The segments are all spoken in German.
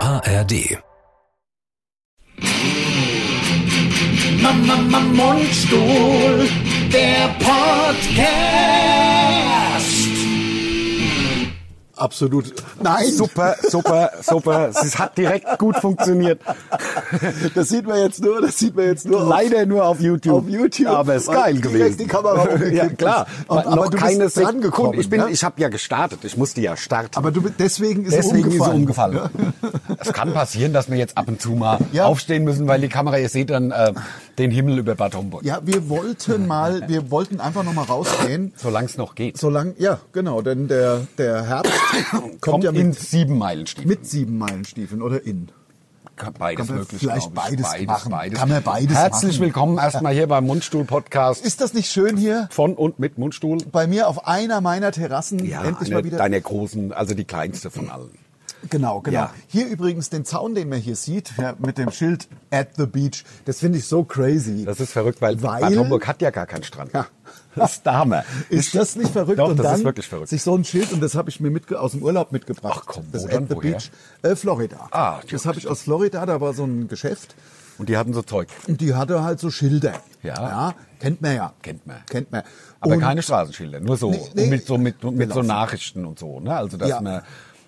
ARD. Mama, Mama, Mundstuhl, der Podcast. Absolut. Nein, Super, super, super. Es hat direkt gut funktioniert. das sieht man jetzt nur, das sieht man jetzt nur. auf- Leider nur auf YouTube. Auf YouTube. Aber es ist Weil geil direkt gewesen. die Kamera umgekippt ja, klar. ist. Aber, Und- aber noch du keine bist dran Sekunde. gekommen, Ich bin, ne? ich habe ja gestartet. Ich musste ja starten. Aber du, bist- deswegen ist Deswegen es ist sie umgefallen. umgefallen. Es kann passieren, dass wir jetzt ab und zu mal Ja. aufstehen müssen, weil die Kamera, ihr seht dann äh, den Himmel über Bad Homburg. Ja, wir wollten mal, wir wollten einfach noch mal rausgehen. Solange es noch geht. Solange, ja, genau, denn der, der Herbst kommt, ja in mit, sieben Meilen stehen. mit sieben Meilenstiefeln oder in. beides Kann man möglich. vielleicht glaub ich. beides machen. Kann man beides Herzlich machen. willkommen erstmal hier beim Mundstuhl-Podcast Ist das nicht schön hier? von und mit Mundstuhl. Bei mir auf einer meiner Terrassen Ja, endlich eine mal wieder. deiner großen, also die kleinste von allen. Genau, genau. Ja. Hier übrigens den Zaun, den man hier sieht, ja, mit dem Schild at the beach. Das finde ich so crazy. Das ist verrückt, weil, Weil- Bad Homburg hat ja gar keinen Strand. Ja. Das ist der Hammer. Ist das nicht verrückt? Doch, und das dann ist wirklich verrückt. sich so ein Schild und das habe ich mir mitge aus dem Urlaub mitgebracht. Ach komm, wo das denn? at the Woher? beach, äh, Florida. Ah, das habe ich aus Florida. Da war so ein Geschäft Und die hatten so Zeug. und die hatte halt so Schilder. Ja. kennt man ja. Kennt man. Kennt man. Aber Und- keine Straßenschilder, nur so. Nee, nee. und mit so, mit, mit so Gelaufen. Nachrichten und so. Ne? Also dass Ja. man,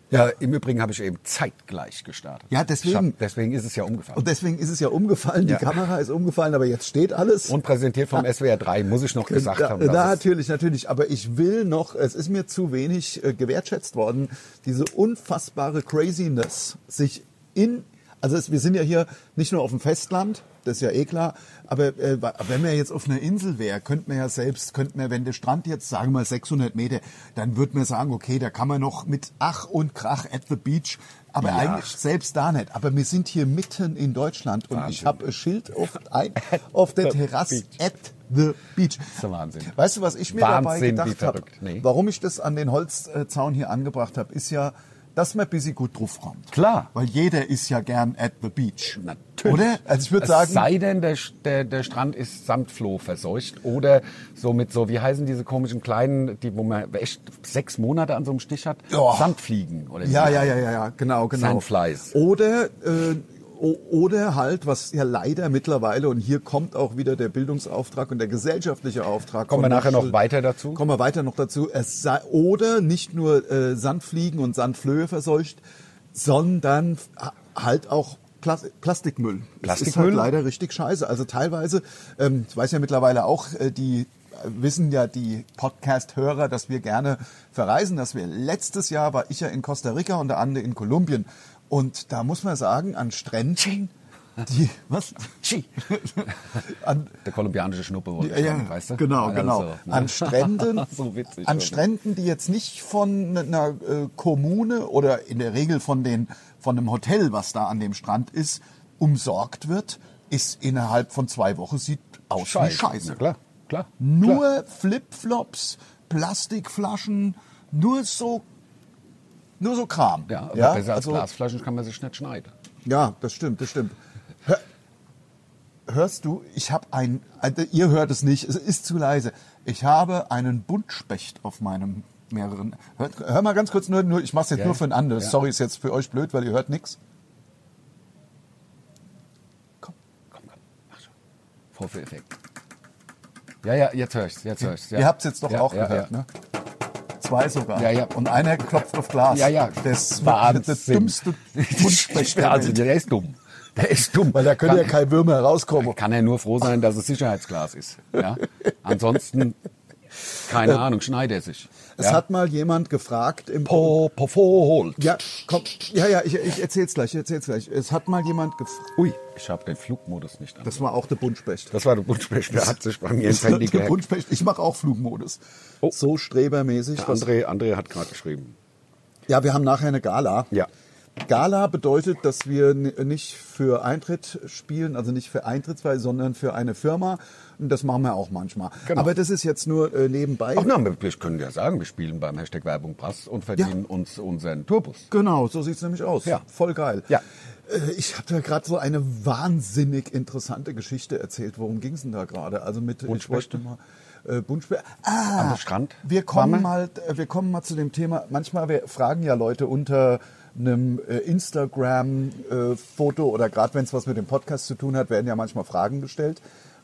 ja, im Übrigen habe ich eben zeitgleich gestartet. Ja, deswegen. Ich Hab, deswegen ist es ja umgefallen. Und Und, deswegen ist es ja umgefallen. Ja. Die Kamera ist umgefallen, aber jetzt steht alles. präsentiert vom SWR 3, muss ich noch gesagt Genau. Ja, haben. Äh, na, dass es- natürlich, natürlich. Aber ich will noch, es ist mir zu wenig äh, gewertschätzt worden, diese unfassbare Craziness, sich in, also es, wir sind ja hier nicht nur auf dem Festland, das ist ja eh klar, aber äh, wa- wenn wir jetzt auf einer Insel wäre, könnte man ja selbst, könnte man, wenn der Strand jetzt, sagen wir mal 600 Meter, dann würde man sagen, okay, da kann man noch mit Ach und Krach at the beach, aber Ja. eigentlich selbst da nicht. Aber wir sind hier mitten in Deutschland und ich habe ein Schild auf, ein, auf der the Terrasse beach. at the beach. ist der Wahnsinn. Weißt du, was ich mir Wahnsinn, dabei wie gedacht habe? verrückt. Nee. Warum ich das an den Holzzaun hier angebracht habe, ist ja, dass man ein bisschen gut drauf kommt. Klar. Weil jeder ist ja gern at the beach. Natürlich. Oder? Also ich würde es sagen, sei denn, der, der, der Strand ist samt Floh verseucht oder so mit so, wie heißen diese komischen kleinen, die, wo man echt sechs Monate an so einem Stich hat? Ja. Sandfliegen oder wie ja, die ja, heißen. ja, ja, ja, genau, genau. Sandflies. Oder, äh, o- oder halt, was ja leider mittlerweile, und hier kommt auch wieder der Bildungsauftrag und der gesellschaftliche Auftrag. Kommen wir von der nachher noch Schul- weiter dazu? Kommen wir weiter noch dazu. Es sei, oder nicht nur äh, Sandfliegen und Sandflöhe verseucht, sondern f- halt auch Plas Plastikmüll. Das ist halt Plastikmüll? leider richtig scheiße. Also teilweise, ähm, ich weiß ja mittlerweile auch, äh, die äh, wissen ja die Podcast-Hörer, dass wir gerne verreisen, dass wir letztes Jahr war ich ja in Costa Rica und der andere in Kolumbien. Und da muss man sagen, an Stränden, die, was? Tschi. An, Der kolumbianische Schnuppe wurde ja, ja, genannt, weißt du? Genau, Also, genau. ne? An Stränden, so witzig. an oder? Stränden, die jetzt nicht von einer äh, Kommune oder in der Regel von den von einem Hotel, was da an dem Strand ist, umsorgt wird, ist innerhalb von zwei Wochen sieht aus wie Oh, Na Scheiße. klar, klar. klar. Nur Flipflops, Plastikflaschen, nur so nur so Kram. Also Ja, aber besser als Glasflaschen kann man sich nicht schneiden. ja, das stimmt, das stimmt. Hör, hörst du, ich habe ein, also ihr hört es nicht, es ist zu leise. Ich habe einen Buntspecht auf meinem mehreren. Hör, hör mal ganz kurz nur, nur ich mach's jetzt Ja, nur für ein anderes. ja. Sorry, ist jetzt für euch blöd, weil ihr hört nix. Komm. Komm, komm, mach schon. Vorführeffekt. Ja, ja, jetzt höre ich's, jetzt höre ich's. Ja. Ihr habt's jetzt doch ja, auch ja, gehört, ja. ne? Zwei sogar. Ja, ja. Und einer klopft auf Glas. Ja, ja. Das ist Wahnsinn. wirklich der dümmste Buntspecht. der also, Welt. der ist dumm. Der ist dumm. Weil da können ja keine Würmer herauskommen. Kann er nur froh sein, dass es Sicherheitsglas ist. Ja? Ansonsten, keine Ahnung, schneidet er sich. Es ja? hat mal jemand gefragt im Po, po, holt. Ja, komm. Ja, ja, ich, ich erzähl's gleich, ich erzähl's gleich. Es hat mal jemand gefragt. Ui, ich habe den Flugmodus nicht an. Das war auch der Buntspecht. Das war der Buntspecht, der hat sich bei mir ins Das war Handy der gehackt. Buntspecht. Ich mache auch Flugmodus. Oh. So strebermäßig. Der was- André, André hat gerade geschrieben. Ja, wir haben nachher eine Gala. Ja. Gala bedeutet, dass wir n- nicht für Eintritt spielen, also nicht für Eintrittsweise, sondern für eine Firma. Und das machen wir auch manchmal. Genau. Aber das ist jetzt nur äh, nebenbei. Ach na, wir wir können ja sagen, wir spielen beim Hashtag Werbung Pass und verdienen uns unseren Tourbus. Genau, so sieht's nämlich aus. Ja. Voll geil. Ja. Äh, Ich habe da gerade so eine wahnsinnig interessante Geschichte erzählt. Worum ging's denn da gerade? Also mit, ich Buntspechte? wollte mal, äh, Buntspeer. Ah, Am Strand? Wir kommen, Warme? mal, äh, wir kommen mal zu dem Thema. Manchmal wir fragen ja Leute unter einem äh, Instagram-Foto oder gerade wenn es was mit dem Podcast zu tun hat, werden ja manchmal Fragen gestellt.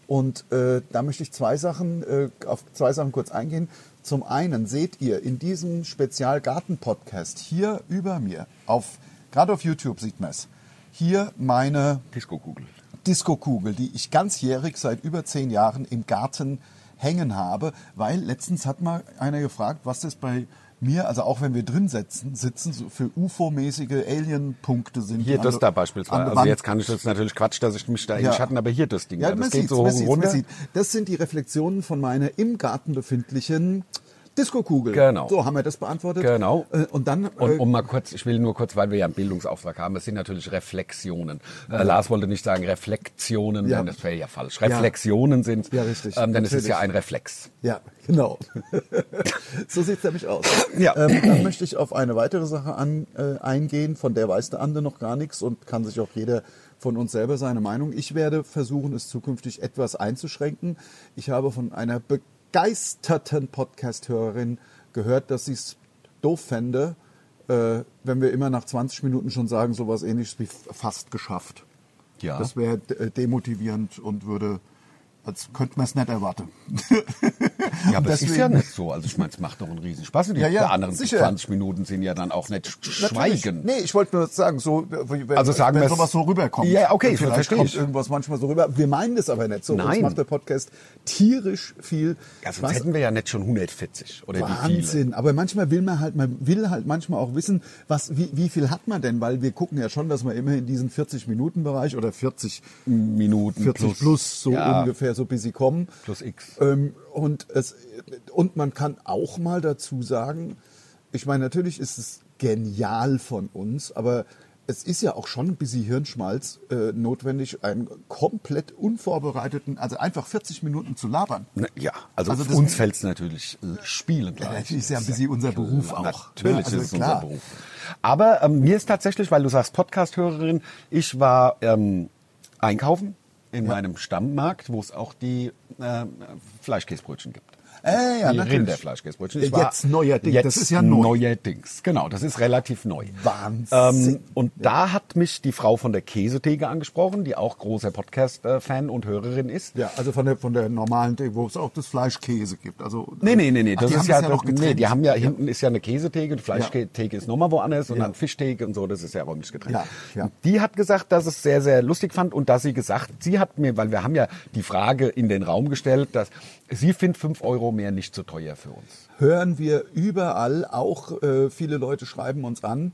Und äh, da möchte ich zwei Sachen, äh, auf zwei Sachen kurz eingehen. Zum einen seht ihr in diesem Spezialgarten-Podcast hier über mir, auf, gerade auf YouTube sieht man es, hier meine Disco-Kugel. Disco-Kugel, die ich ganzjährig seit über zehn Jahren im Garten hängen habe, weil letztens hat mal einer gefragt, was das bei mir, also auch wenn wir drin sitzen, sitzen so für UFO-mäßige Alien-Punkte sind. Hier die an das der- da an beispielsweise. der Also Wand- jetzt kann ich das natürlich Quatsch, dass ich mich da in Ja. den Schatten, aber hier das Ding. ja, da. man das geht sieht's, so hoch man und sieht's, runter. man sieht. Das sind die Reflexionen von meiner im Garten befindlichen Disco-Kugel. Genau. So haben wir das beantwortet. Genau. Äh, Und dann Und äh, um mal kurz, ich will nur kurz, weil wir ja einen Bildungsauftrag haben, das sind natürlich Reflexionen. Äh, Lars wollte nicht sagen Reflektionen, Ja. denn das wäre ja falsch. Reflexionen sind, Ja, richtig, ähm, denn es ist natürlich. ja ein Reflex. Ja, genau. so sieht's nämlich aus. Ja. Ähm, dann möchte ich auf eine weitere Sache an, äh, eingehen, von der weiß der andere noch gar nichts und kann sich auch jeder von uns selber seine Meinung. Ich werde versuchen, es zukünftig etwas einzuschränken. Ich habe von einer begeisterten Podcast-Hörerin gehört, dass sie es doof fände, äh, wenn wir immer nach 20 Minuten schon sagen, sowas ähnliches wie f- fast geschafft. Ja. Das wäre de- demotivierend und würde, als könnte man es nicht erwarten. Ja, aber es ist deswegen- ja nicht so. Also ich meine, es macht doch einen Riesenspaß. Und die Ja, ja, anderen sicher. 20 Minuten sind ja dann auch nicht sch- Natürlich. schweigen. Nee, ich wollte nur sagen, so, wenn, Also sagen wenn wir's- sowas so rüberkommt. Ja, okay, ich Vielleicht verstehe kommt ich. irgendwas manchmal so rüber. Wir meinen das aber nicht so. Uns Nein. macht der Podcast tierisch viel Ja, Also sonst Spaß. hätten wir ja nicht schon 140 oder wie viele. Wahnsinn. Aber manchmal will man halt, man will halt manchmal auch wissen, was, wie, wie viel hat man denn? Weil wir gucken ja schon, dass wir immer in diesen 40-Minuten-Bereich oder 40, Minuten 40 plus, so ja, ungefähr, so bis sie kommen. Plus X. Ähm, und, es, und man kann auch mal dazu sagen, ich meine, natürlich ist es genial von uns, aber es ist ja auch schon ein bisschen Hirnschmalz äh, notwendig, einen komplett unvorbereiteten, also einfach 40 Minuten zu labern. Na, ja, also, Also das- uns fällt's natürlich äh, spielend leicht. Das ist ja ein bisschen unser Beruf auch. Natürlich Also ist es klar. unser Beruf. Aber ähm, mir ist tatsächlich, weil du sagst Podcast-Hörerin, ich war ähm, einkaufen in meinem Stammmarkt, wo es auch die äh, Fleischkäsebrötchen gibt. Äh, ja, die natürlich. Äh, Rinderfleischkäsebrötchen. Ich war- Jetzt neuerdings, Äh, Jetzt das ist ja neu. Neuerdings, genau, das ist relativ neu. Ähm, Wahnsinn. und da hat mich die Frau von der Käsetheke angesprochen, die auch großer Podcast-Fan und Hörerin ist. Ja, also von der, von der normalen, Theke, wo es auch das Fleischkäse gibt. Also, Nee, nee, nee, nee. Ach, Das die ist haben ja, es noch getrennt. nee, die haben ja, hinten ist ja eine Käsetheke, die Fleischtheke ist nochmal woanders und Ja. dann Fischtheke und so, das ist ja räumlich getrennt. Ja, ja. Die hat gesagt, dass es sehr, sehr lustig fand und dass sie gesagt, sie hat mir, weil wir haben ja die Frage in den Raum gestellt, dass sie findet fünf Euro mehr nicht zu teuer für uns. hören wir überall, auch äh, viele Leute schreiben uns an.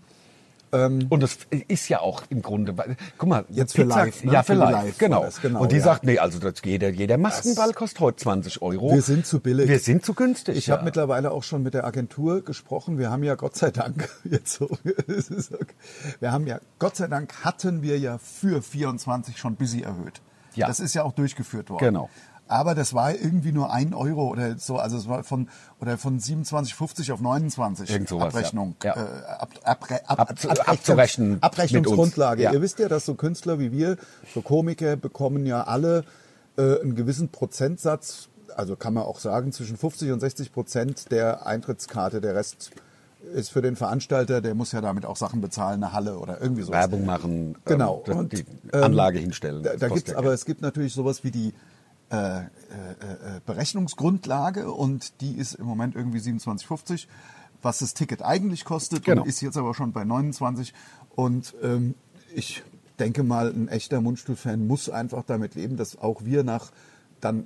Und das ist ja auch im Grunde, weil- guck mal, Mhm. Jetzt für live, ne? ja, für, Für live, live war genau. das, genau, Und die ja. sagt, nee, also das, jeder, jeder Maskenball kostet heute 20 Euro. Wir sind zu billig. Wir sind zu günstig. Ich ja. habe mittlerweile auch schon mit der Agentur gesprochen. Wir haben ja Gott sei Dank jetzt so, es ist okay. wir haben ja Gott sei Dank hatten wir ja für 24 schon busy erhöht. Ja. Das ist ja auch durchgeführt worden. Genau. Aber das war irgendwie nur ein Euro oder so, also es war von oder von 27,50 auf 29 Irgend sowas, Abrechnung, ja. Ja. Äh, ab, abre, ab, Abzu- abzurechnen mit uns. Abrechnungsgrundlage. Ja. Ihr wisst ja, dass so Künstler wie wir, so Komiker bekommen ja alle äh, einen gewissen Prozentsatz, also kann man auch sagen zwischen 50 und 60 Prozent der Eintrittskarte. Der Rest ist für den Veranstalter, der muss ja damit auch Sachen bezahlen, eine Halle oder irgendwie sowas. Werbung machen, Genau. ähm, Und, die ähm, Anlage hinstellen. Da, da Kostet gibt's ja aber es gibt natürlich sowas wie die äh, äh, äh, Berechnungsgrundlage und die ist im Moment irgendwie 27,50, was das Ticket eigentlich kostet Genau. und ist jetzt aber schon bei 29 und ähm, ich denke mal, ein echter Mundstuhl-Fan muss einfach damit leben, dass auch wir nach dann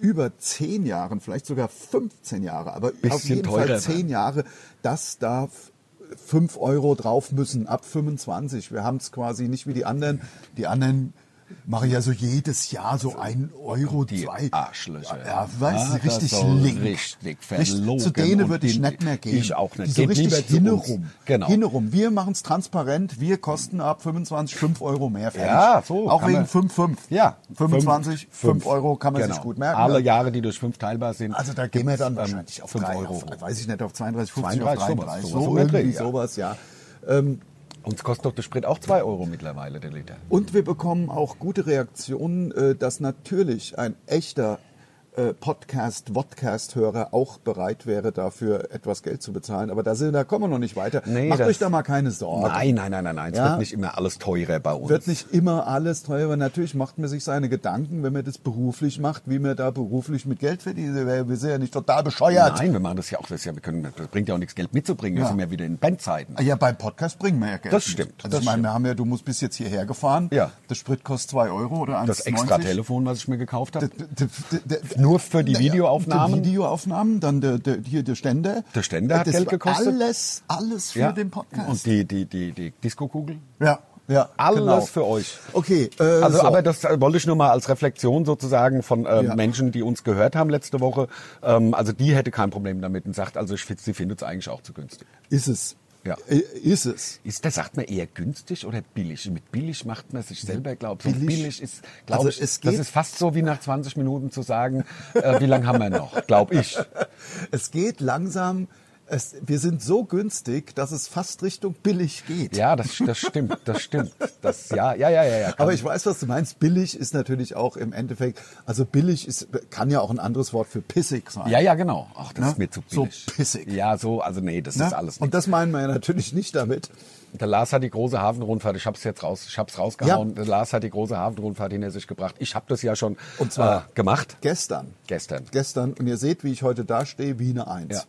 über zehn Jahren, vielleicht sogar 15 Jahre, aber auf Bisschen jeden teurer Fall zehn Jahre, dass da f- fünf Euro drauf müssen ab 25. Wir haben es quasi nicht wie die anderen. Die anderen machen ja so jedes Jahr so ein Euro, Die zwei. Arschlöcher. Ja, weißt du, Ah, das richtig so link. richtig Nicht- Zu verlogen denen und würde ich den- nicht mehr gehen. Ich auch nicht. Die so Geht richtig lieber zu uns. hinnerum. Genau. Hinnerum. Wir machen es transparent. Wir kosten ab 25 5 Euro mehr. Fertig. Ja, so Auch kann wegen man- 5,5. Ja, 25, 5 fünf. Euro kann man Genau. sich gut merken. ne? Alle Jahre, die durch fünf teilbar sind. Also da gehen wir dann ähm, wahrscheinlich auf fünf drei, Euro. Auf, weiß ich nicht, auf 32, 50, 32, auf sowas, 33, sowas so um den Dreh, irgendwie ja. sowas, ja. Ähm, Uns kostet doch der Sprit auch zwei Euro mittlerweile, der Liter. und wir bekommen auch gute Reaktionen, äh, dass natürlich ein echter äh, Podcast, Vodcast-Hörer auch bereit wäre, dafür etwas Geld zu bezahlen. Aber da, sind, da kommen wir noch nicht weiter. Nee, Macht das- euch da mal keine Sorgen. Nein, nein, nein, nein, nein. Es Ja. wird nicht immer alles teurer bei uns. Wird nicht immer alles teurer. Natürlich macht man sich seine Gedanken, wenn man das beruflich macht, wie man da beruflich mit Geld verdient. Wir wir sind ja nicht total bescheuert. Nein, wir machen das ja auch. Das, ist ja, wir können, das bringt ja auch nichts, Geld mitzubringen. Wir Ja. Ah, sind ja wieder in Bandzeiten. Ja, beim Podcast bringen wir ja Geld. Das mit. stimmt, Also das ich meine, stimmt. wir haben ja, du musst bis jetzt hierher gefahren. Ja. Das Sprit kostet 2 Euro oder 1,90. Das extra Telefon, was ich mir gekauft habe. D- d- d- d- Nur für die Naja, Videoaufnahmen? Die Videoaufnahmen, dann der, der, hier der Ständer. Der Ständer hat Das Geld war gekostet. Alles, alles für Ja. den Podcast. Genau. Und die, die, die, die Disco-Kugel. ja, ja. Alles genau. für euch. Okay, äh, Also, so. aber das äh, wollte ich nur mal als Reflexion sozusagen von äh, Ja. Menschen, die uns gehört haben letzte Woche. Ähm, also die hätte kein Problem damit und sagt, also ich find, sie findet es eigentlich auch zu günstig. ist es. Ja. Äh, Ist es. Ist das sagt man eher günstig oder billig? Mit billig macht man sich selber glaube ich. Billig? Billig. billig ist, glaube Also ich, es das geht- ist fast so wie nach 20 Minuten zu sagen, äh, wie lange haben wir noch? Glaube ich. Es geht langsam. Es, wir sind so günstig, dass es fast Richtung billig geht. Ja, das, das stimmt, das stimmt. Das ja, ja, ja, ja. ja Aber ich weiß, was du meinst. Billig ist natürlich auch im Endeffekt, also billig ist, kann ja auch ein anderes Wort für pissig sein. ja, ja, genau. Ach, das Ne? ist mir zu So billig. pissig. Ja, so, also nee, das Ne? ist alles Und nicht. das meinen wir ja natürlich nicht damit. Der Lars hat die große Hafenrundfahrt, ich hab's jetzt raus, ich hab's rausgehauen. Ja. Der Lars hat die große Hafenrundfahrt hinter sich gebracht. Ich hab das ja schon Und zwar- äh, gemacht Gestern. gestern. Gestern. Und ihr seht, wie ich heute dastehe, wie eine Eins. Ja.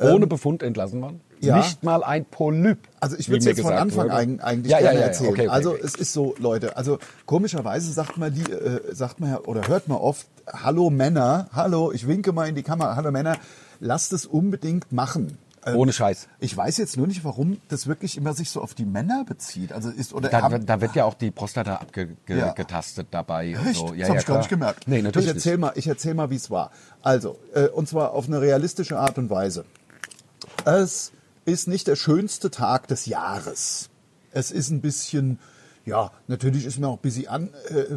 Ohne Befund entlassen worden. Ähm, ja. Nicht mal ein Polyp. Also ich wie würde mir jetzt von gesagt Anfang wurde. eig- eigentlich ja, ja, gerne ja, ja. erzählen. Okay, okay, also okay. es ist so, Leute, also komischerweise sagt man die, äh, sagt man ja, oder hört man oft, hallo Männer, hallo, ich winke mal in die Kamera, hallo Männer, lasst es unbedingt machen. Ähm, Ohne Scheiß. Ich weiß jetzt nur nicht, warum das wirklich immer sich so auf die Männer bezieht. Also ist oder Da, haben- da wird ja auch die Prostata Ja. abgetastet dabei. Und Echt? so. Ja, das ja, habe ich gar klar. nicht gemerkt. Nee, natürlich ich erzähl mal, ich erzähl mal, wie es war. Also äh, und zwar auf eine realistische Art und Weise. Es ist nicht der schönste Tag des Jahres. Es ist ein bisschen, ja, natürlich ist man auch ein bisschen an, äh,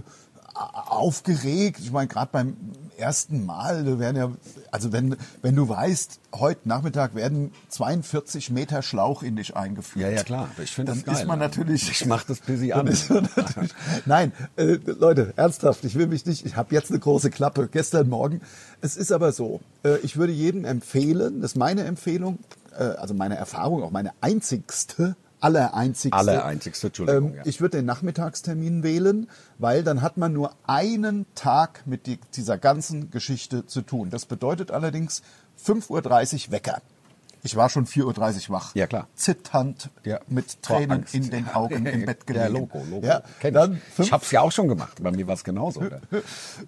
aufgeregt. Ich meine, gerade beim ersten Mal, da werden ja, also wenn, wenn du weißt, heute Nachmittag werden 42 Meter Schlauch in dich eingeführt. Ja, ja, klar. Ich finde Dann das geil. ist man natürlich Ich mach das busy dann an. ist man natürlich- Nein, äh, Leute, ernsthaft, ich will mich nicht, ich habe jetzt eine große Klappe, gestern Morgen. Es ist aber so, äh, ich würde jedem empfehlen, das ist meine Empfehlung, äh, also meine Erfahrung, auch meine einzigste, allereinzigste. Allereinzigste, Entschuldigung, ja. Ich würde den Nachmittagstermin wählen, weil dann hat man nur einen Tag mit die, dieser ganzen Geschichte zu tun. Das bedeutet allerdings 5.30 Uhr Wecker. Ich war schon 4.30 Uhr wach. Ja, klar. Zitternd, ja. mit Vor Tränen Angst. in den Augen im Bett Ja, gelegen. Logo, Logo. Ja, Kenn dann ich. fünf- ich hab's ja auch schon gemacht. Bei mir war's genauso. Oder?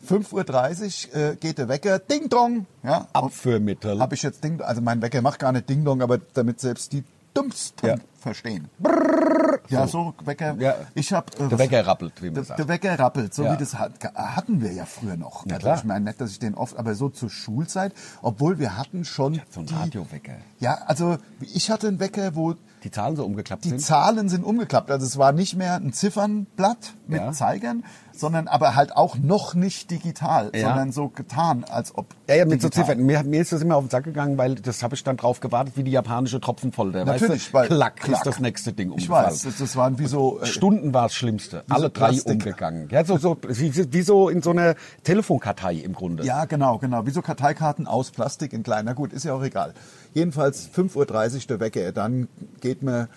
5.30 Uhr äh, geht der Wecker, Ding Dong. Ja, Abführmittel. Habe ich jetzt Ding, also mein Wecker macht gar nicht Ding Dong, aber damit selbst die Dümmsten Ja. verstehen. Brrrr. Ja, so Wecker. Ja. Ich hab, äh, Der Wecker rappelt, wie man der, sagt. der Wecker rappelt, so Ja. wie das hat, hatten wir ja früher noch. Na also klar. ich meine nicht, dass ich den oft, aber so zur Schulzeit, obwohl wir hatten schon So ein die- Radiowecker. Ja, also ich hatte einen Wecker, wo Die Zahlen so umgeklappt die sind. Zahlen sind umgeklappt. Also es war nicht mehr ein Ziffernblatt mit Ja. Zeigern, sondern aber halt auch noch nicht digital, Ja. sondern so getan, als ob. Ja, ja, mit so digital. Ziffern. Mir, mir ist das immer auf den Sack gegangen, weil das habe ich dann drauf gewartet, wie die japanische Tropfenfolter. Natürlich, weißt du? weil- klack, klack. ist das nächste Ding Ich umgefallen. weiß, das, das waren wie so. äh, Stunden war das Schlimmste. Alle drei Plastik. umgegangen. Ja, so, so, wie, wie so in so einer Telefonkartei im Grunde. Ja, genau, genau. Wie so Karteikarten aus Plastik in klein. Na gut, ist ja auch egal. Jedenfalls 5.30 Uhr der Wecker. Dann geht man,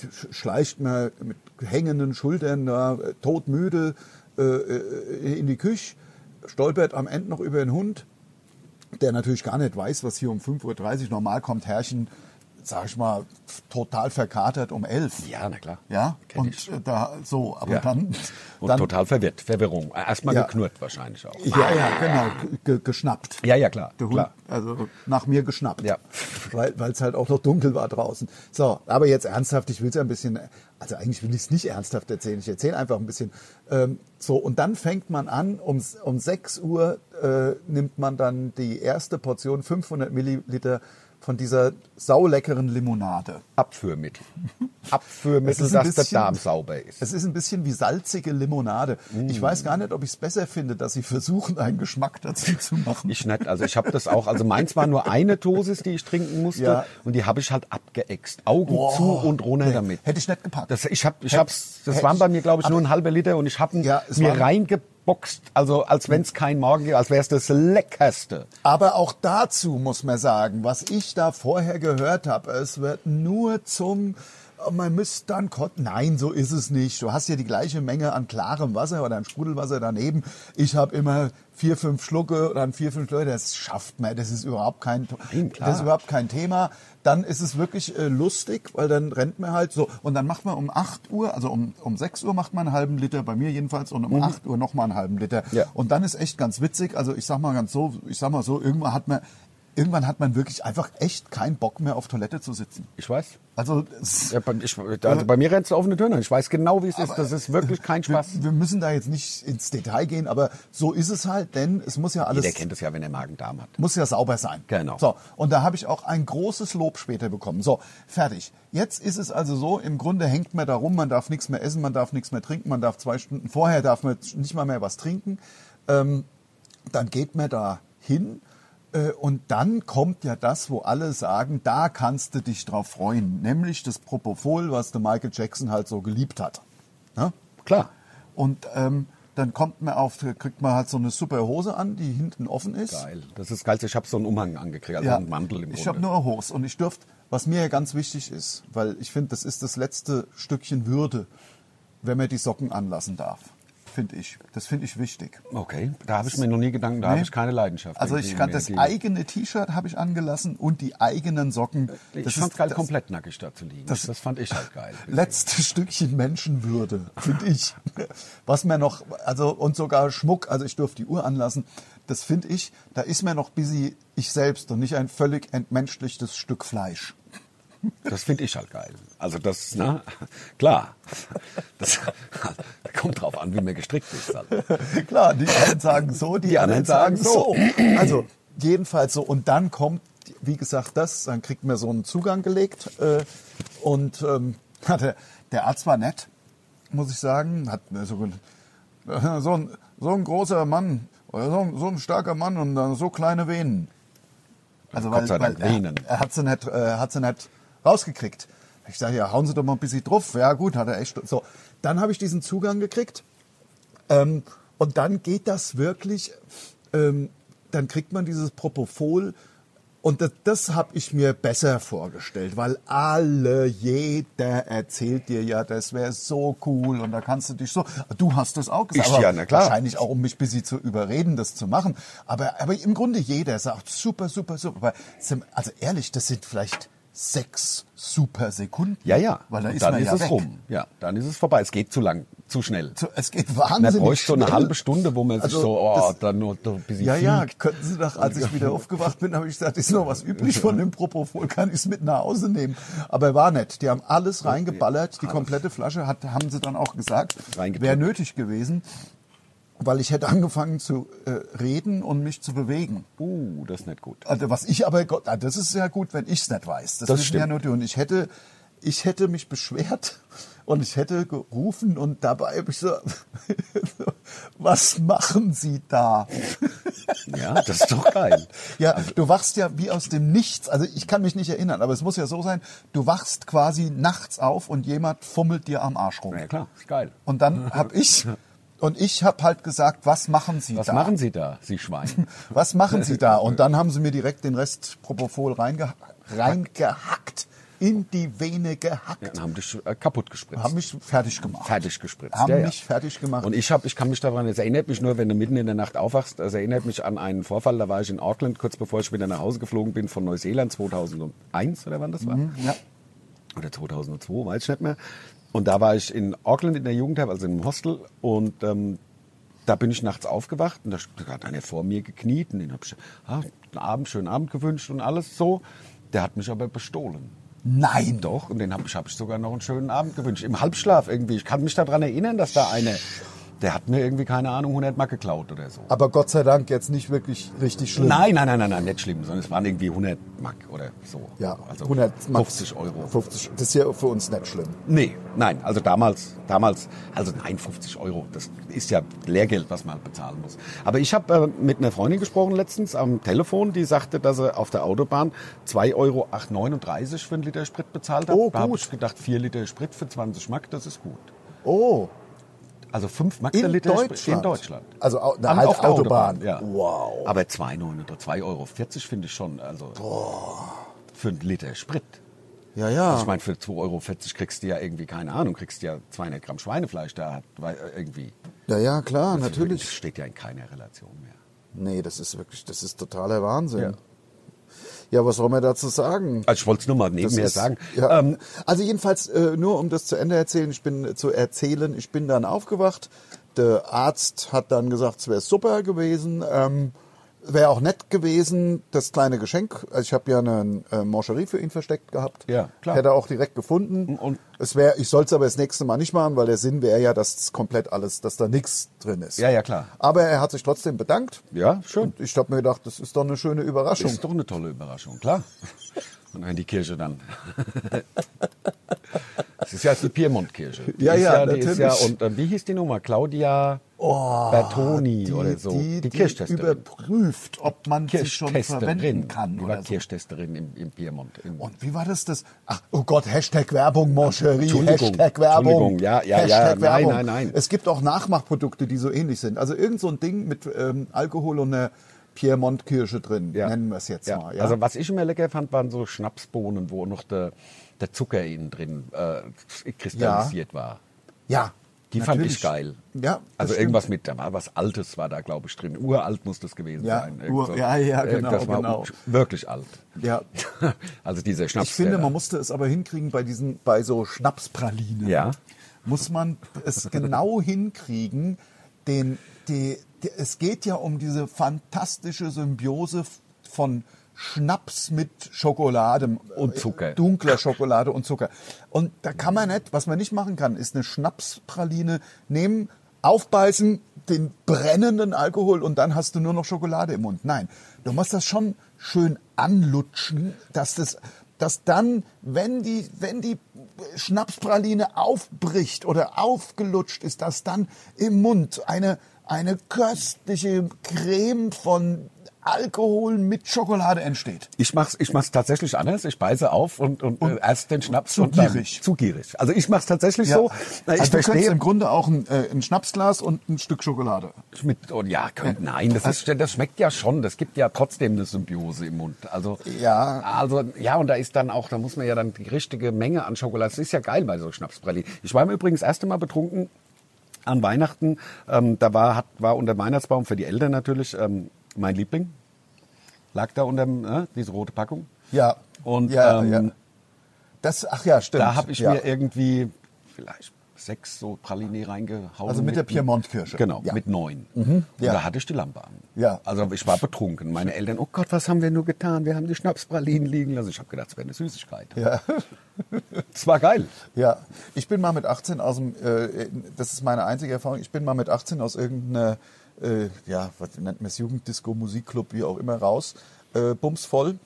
sch- schleicht man mit hängenden Schultern da, äh, todmüde äh, äh, in die Küche, stolpert am Ende noch über den Hund, der natürlich gar nicht weiß, was hier um 5.30 Uhr normal kommt, herrschen, sag ich mal, total verkatert um 11 Ja, na klar. Ja, Kenn ich. und äh, da so, aber Ja. dann, Und dann total verwirrt. Verwirrung. Erstmal Ja. geknurrt wahrscheinlich auch. ja, ja, genau, ge- geschnappt. Ja, ja, klar. Der Hund, klar. also nach mir geschnappt. Ja. Weil es halt auch noch dunkel war draußen. So, aber jetzt ernsthaft, ich will es ja ein bisschen, also eigentlich will ich es nicht ernsthaft erzählen, ich erzähle einfach ein bisschen. Ähm, so, und dann fängt man an, um, s- um 6 Uhr äh, nimmt man dann die erste Portion 500 Milliliter von dieser sauleckeren Limonade. Abführmittel. Es Abführmittel, ist ein dass der bisschen- Darm sauber ist. Mm. Es ist ein bisschen wie salzige Limonade. Ich weiß gar nicht, ob ich es besser finde, dass sie versuchen, einen Geschmack dazu zu machen. Ich nicht, also ich habe das auch, also meins war nur eine Dosis, die ich trinken musste Ja. und die habe ich halt abgeäxt. Augen Boah. zu und runter damit. Hätte ich nicht gepackt. Das, ich hab, ich Hätt- hab's, das hätt waren ich- bei mir, glaube ich, aber- nur ein halber Liter und ich habe ihn Ja, es mir waren- reingebissen boxt, also als wenn es kein Morgen gibt, als wäre es das Leckerste. Aber auch dazu muss man sagen, was ich da vorher gehört habe, es wird nur zum oh, man müsste dann kotzen. Nein, so ist es nicht. Du hast ja die gleiche Menge an klarem Wasser oder an Sprudelwasser daneben. Ich habe immer vier, fünf Schlucke oder dann vier, fünf Leute. Das schafft man. Das ist überhaupt kein, Nein, klar. das ist überhaupt kein Thema. Dann ist es wirklich äh, lustig, weil dann rennt man halt so. Und dann macht man um 8 Uhr, also um, um 6 Uhr macht man einen halben Liter, bei mir jedenfalls, und um 8 Uhr nochmal einen halben Liter. Mhm. Ja. Und dann ist echt ganz witzig. Also ich sag mal ganz so, ich sag mal so, irgendwann hat man, irgendwann hat man wirklich einfach echt keinen Bock mehr auf Toilette zu sitzen. Ich weiß. Also, es- Ja, bei, ich, also bei mir rennst du offene Töne. Ich weiß genau, wie es ist. Das ist wirklich kein Spaß. Wir, wir müssen da jetzt nicht ins Detail gehen, aber so ist es halt, denn es muss ja alles Jeder kennt es ja, wenn er Magen-Darm hat. muss ja sauber sein. Genau. So, und da habe ich auch ein großes Lob später bekommen. So, fertig. Jetzt ist es also so, im Grunde hängt man da rum, man darf nichts mehr essen, man darf nichts mehr trinken, man darf zwei Stunden vorher darf man nicht mal mehr was trinken. Ähm, dann geht man da hin äh, und dann kommt ja das, wo alle sagen, da kannst du dich drauf freuen, nämlich das Propofol, was der Michael Jackson halt so geliebt hat. Ne? Klar. Und ähm, dann kommt man auf, kriegt man halt so eine super Hose an, die hinten offen ist. Geil. Das ist geil. Ich habe so einen Umhang angekriegt, also einen Mantel im Ich habe Grunde. nur eine Hose und ich dürfte, was mir ja ganz wichtig ist, weil ich finde, das ist das letzte Stückchen Würde, wenn man die Socken anlassen darf. Finde ich. Das finde ich wichtig. okay, da habe ich mir noch nie Gedanken, da Nee. habe ich keine Leidenschaft. Also ich irgendwie kann mehr das gegen. eigene T-Shirt habe ich angelassen und die eigenen Socken. Ich Das fand's ist geil, das komplett nackig da zu liegen. Das, fand ich halt geil. letzte Stückchen Menschenwürde, finde ich. Was mir noch, also und sogar Schmuck, also ich durfte die Uhr anlassen, das finde ich, da ist mir noch busy ich selbst und nicht ein völlig entmenschlichtes Stück Fleisch. Das finde ich halt geil. Also das, na, klar. Das kommt drauf an, wie mir gestrickt ist. Halt. Klar, die einen sagen so, die, anderen sagen so. Also jedenfalls so. Und dann kommt, wie gesagt, das, dann kriegt man so einen Zugang gelegt. Äh, und ähm, der, der Arzt war nett, muss ich sagen. Hat mir so, ge- so, ein, so ein großer Mann, oder so, ein- so ein starker Mann und dann so kleine Venen. Also Gott weil, sei weil Dank er, Venen. er hat sie nicht, äh, hat sie nicht rausgekriegt. Ich sage, ja, hauen Sie doch mal ein bisschen drauf. Ja gut, hat er echt. So, dann habe ich diesen Zugang gekriegt. Ähm, und dann geht das wirklich, ähm, dann kriegt man dieses Propofol. Und das, das habe ich mir besser vorgestellt, weil alle, jeder erzählt dir ja, das wäre so cool und da kannst du dich so. Du hast das auch gesagt, Ich, ja, na klar. wahrscheinlich auch, um mich ein bisschen zu überreden, das zu machen. Aber, aber im Grunde jeder sagt super, super, super. Aber sind- also ehrlich, das sind vielleicht sechs super Sekunden. Ja, ja. Weil da Und ist dann man ist ja es weg. rum. Ja, dann ist es vorbei. Es geht zu lang, zu schnell. So, Es geht Man wahnsinnig bräuchte so eine schnell. halbe Stunde, wo man sich Also, so, oh, das- dann nur so ein bisschen Ja, ja, fliegt. könnten Sie doch, als ich wieder aufgewacht bin, habe ich gesagt, ist noch was üblich von dem Propofol, kann ich es mit nach Hause nehmen. Aber war nett. Die haben alles reingeballert, die komplette Flasche, hat, haben sie dann auch gesagt, Reingedrückt. wäre nötig gewesen, weil ich hätte angefangen zu äh, reden und mich zu bewegen. Uh, das ist nicht gut. Also was ich aber, Gott, ah, das ist ja gut, wenn ich es nicht weiß. Das, Das wissen ja stimmt. nur die. Und ich hätte, ich hätte mich beschwert und ich hätte gerufen und dabei habe ich so, was machen Sie da? Ja, das ist doch geil. Ja, Also du wachst ja wie aus dem Nichts. Also ich kann mich nicht erinnern, aber es muss ja so sein, du wachst quasi nachts auf und jemand fummelt dir am Arsch rum. Ja, klar, ist geil. Und dann hab ich und ich hab halt gesagt, was machen Sie Was da? machen Sie da, Sie Schwein? Was machen Sie da? Und dann haben sie mir direkt den Rest Propofol reingeha reingehackt, in die Vene Ja, gehackt. dann haben dich äh, kaputt gespritzt. Haben mich fertig gemacht. fertig gespritzt. Haben mich fertig gemacht. Und ich habe, ich kann mich daran, es erinnert mich nur, wenn du mitten in der Nacht aufwachst, es erinnert mich an einen Vorfall, da war ich in Auckland, kurz bevor ich wieder nach Hause geflogen bin von Neuseeland 2001 oder wann das war ja. oder 2002, weiß ich nicht mehr. Und da war ich in Auckland in der Jugendherberge, also im Hostel. Und ähm, da bin ich nachts aufgewacht und da hat einer vor mir gekniet. Und den habe ich ah, einen Abend, schönen Abend gewünscht und alles so. Der hat mich aber bestohlen. Nein, doch. Doch, und den habe ich, hab ich sogar noch einen schönen Abend gewünscht. Im Halbschlaf irgendwie. Ich kann mich daran erinnern, dass da einer, der hat mir irgendwie, keine Ahnung, 100 Mark geklaut oder so. Aber Gott sei Dank jetzt nicht wirklich richtig schlimm. Nein, nein, nein, nein, nein, nicht schlimm, sondern es waren irgendwie 100 Mark oder so. Ja, also 100 Max- 50 Euro. 50, das ist ja für uns nicht schlimm. Nee, nein, also damals, damals, also nein, 50 Euro, das ist ja Lehrgeld, was man halt bezahlen muss. Aber ich habe äh, mit einer Freundin gesprochen letztens am Telefon, die sagte, dass sie auf der Autobahn 2,39 Euro für einen Liter Sprit bezahlt hat. Oh, da habe gut. ich gedacht, 4 Liter Sprit für 20 Mark, das ist gut. Oh, Also fünf In Maxiliter Deutschland. in Deutschland. Also au- na, An- halt auf der Autobahn. Autobahn, ja. Wow. Aber 2,9 oder 2,40 Euro finde ich schon. Also für einen Liter Sprit. Ja, ja. Also ich meine, für 2,40 Euro kriegst du ja irgendwie, keine Ahnung, kriegst du ja 200 Gramm Schweinefleisch da weil, äh, irgendwie. Ja, ja, klar, Das natürlich. steht ja in keiner Relation mehr. Nee, das ist wirklich, das ist totaler Wahnsinn. Ja, Ja. was soll man dazu sagen? Also ich wollte es nur mal nebenher ist- sagen. Ja. Ähm, also jedenfalls, äh, nur um das zu Ende erzählen, ich bin äh, zu erzählen, ich bin dann aufgewacht. Der Arzt hat dann gesagt, es wäre super gewesen. Ähm, wäre auch nett gewesen, das kleine Geschenk. Also ich habe ja eine äh, Mancherie für ihn versteckt gehabt. Ja, klar. Hätte er auch direkt gefunden. Und- es wäre, ich soll es aber das nächste Mal nicht machen, weil der Sinn wäre ja, dass komplett alles, dass da nichts drin ist. Ja, ja, klar. Aber er hat sich trotzdem bedankt. ja, schön. Und ich habe mir gedacht, das ist doch eine schöne Überraschung. Ist doch eine tolle Überraschung, klar. Und dann die Kirche dann. Das ist ja jetzt die Piemont-Kirche. Die Ja, ist ja, die ist ja natürlich. Oh, Und äh, wie hieß die Nummer? Claudia Bertoni oder so. Die, die, Kirchtesterin. überprüft, ob man sie schon verwenden Kirchtesterin. kann. Die war Oder so. Kirchtesterin im, im Piemont. Im Und wie war das? das? Ach, oh Gott, Hashtag Werbung, Moncherie, Entschuldigung, Hashtag Werbung. Entschuldigung, ja, ja, ja, Hashtag nein, Werbung. nein, nein. Es gibt auch Nachmachprodukte, die so ähnlich sind. Also irgend so ein Ding mit ähm, Alkohol und einer Piemont-Kirsche drin, nennen wir es jetzt ja. mal. Ja? Also was ich immer lecker fand, waren so Schnapsbohnen, wo noch der, der Zucker innen drin äh, kristallisiert war. ja Die fand natürlich. ich geil. Ja, das also stimmt. irgendwas mit, da war was Altes war da, glaube ich, drin. Uralt muss das gewesen Ja, sein. ur- so- ja, ja, genau, irgendwas war genau. Wirklich alt. Ja. also dieser Schnaps. Ich finde, der da- man musste es aber hinkriegen bei diesen, bei so Schnapspralinen. Ja. Muss man es genau hinkriegen, den, die, die, es geht ja um diese fantastische Symbiose von Schnaps mit Schokolade Und Zucker. Äh, Dunkler Schokolade und Zucker. Und da kann man nicht, was man nicht machen kann, ist eine Schnapspraline nehmen, aufbeißen, den brennenden Alkohol und dann hast du nur noch Schokolade im Mund. Nein, du musst das schon schön anlutschen, dass das dass dann, wenn die, wenn die Schnapspraline aufbricht oder aufgelutscht ist, dass dann im Mund eine, eine köstliche Creme von Alkohol mit Schokolade entsteht. Ich mach's, ich mach's tatsächlich anders. Ich beiße auf und, und, äh, erst den Schnaps zu und dann gierig. zu gierig. Also ich mach's tatsächlich so. Ich also du könntest verstehe. im Grunde auch ein, äh, ein Schnapsglas und ein Stück Schokolade. Mit, und ja, könnt, Äh, nein, das, ist, das schmeckt ja schon. Das gibt ja trotzdem eine Symbiose im Mund. Also Ja. also ja, und da ist dann auch, da muss man ja dann die richtige Menge an Schokolade. Das ist ja geil bei so Schnapspralinen. Ich war mir übrigens das erste Mal betrunken an Weihnachten. Ähm, da war, hat, war unter dem Weihnachtsbaum für die Eltern natürlich ähm, mein Liebling lag da unter ne, diese rote Packung. Ja. Und Ja, ähm, ja. Das, ach ja, stimmt. da habe ich ja. mir irgendwie vielleicht sechs so Praline reingehauen. Also mit der Piemontkirsche. Genau, Ja. Mhm. mit neun. Und Ja. da hatte ich die Lampe an. Ja. Also ich war betrunken. Meine Eltern, oh Gott, was haben wir nur getan? Wir haben die Schnapspralinen liegen lassen. Ich habe gedacht, es wäre eine Süßigkeit. Ja. Es war geil. Ja, ich bin mal mit 18 aus dem, äh, das ist meine einzige Erfahrung, ich bin mal mit 18 aus irgendeiner, äh, ja, was nennt man es, Jugenddisco, Musikclub, wie auch immer, raus, äh, bumsvoll.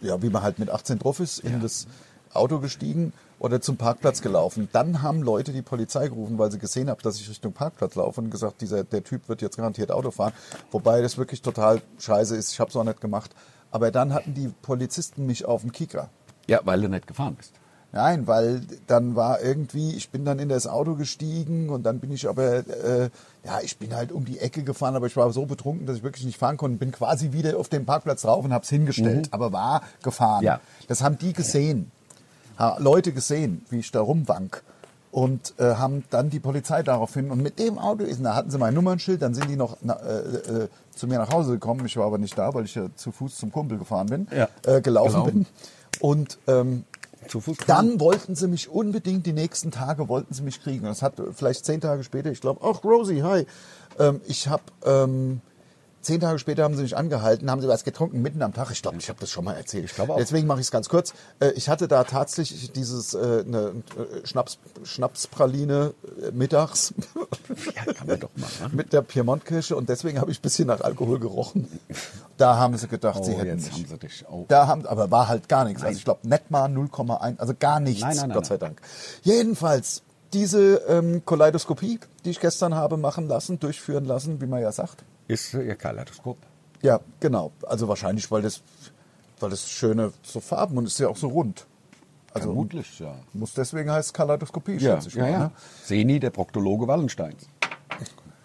Ja, wie man halt mit 18 drauf ist, in das Auto gestiegen oder zum Parkplatz gelaufen. Dann haben Leute die Polizei gerufen, weil sie gesehen haben, dass ich Richtung Parkplatz laufe und gesagt, dieser, der Typ wird jetzt garantiert Auto fahren. Wobei das wirklich total scheiße ist, ich habe es auch nicht gemacht. Aber dann hatten die Polizisten mich auf dem Kieker. Ja, weil du nicht gefahren bist. Nein, weil dann war irgendwie, ich bin dann in das Auto gestiegen und dann bin ich aber, äh, ja, ich bin halt um die Ecke gefahren, aber ich war so betrunken, dass ich wirklich nicht fahren konnte, bin quasi wieder auf den Parkplatz drauf und hab's hingestellt, aber war gefahren. Mhm. Ja. Das haben die gesehen, ha, Leute gesehen, wie ich da rumwank und äh, haben dann die Polizei daraufhin und mit dem Auto ist, da hatten sie mein Nummernschild, dann sind die noch na, äh, äh, zu mir nach Hause gekommen, ich war aber nicht da, weil ich ja zu Fuß zum Kumpel gefahren bin, Ja. äh, gelaufen, Gelaufen. bin und ähm, Zu Fuß dann wollten sie mich unbedingt, die nächsten Tage wollten sie mich kriegen. Das hat vielleicht zehn Tage später, ich glaube, ach Rosie, hi. Ähm, ich habe ähm, zehn Tage später haben sie mich angehalten, haben sie was getrunken mitten am Tag. Ich glaube, ich habe das schon mal erzählt. Ich glaube auch. Deswegen mache ich es ganz kurz. Äh, ich hatte da tatsächlich dieses äh, ne, äh, Schnaps, Schnapspraline äh, mittags Ja, kann man doch mal machen. ne? mit der Piemontkirsche und deswegen habe ich ein bisschen nach Alkohol gerochen. Da haben sie gedacht, sie hätten jetzt mich. haben sie dich. Oh. Da haben, aber war halt gar nichts. Also ich glaube, nicht mal 0,1, also gar nichts, Nein, nein, nein, Gott sei nein. Dank. Jedenfalls, diese ähm, Kaleidoskopie, die ich gestern habe machen lassen, durchführen lassen, wie man ja sagt. Ist äh, ihr Kaleidoskop. Ja, genau. Also wahrscheinlich, weil das, weil das schöne so Farben und ist ja auch so rund. Also Vermutlich, ja. muss deswegen heißt Kaleidoskopie, Ja, schätze ich ja, mal. ja. Ne? Seni, der Proktologe Wallensteins.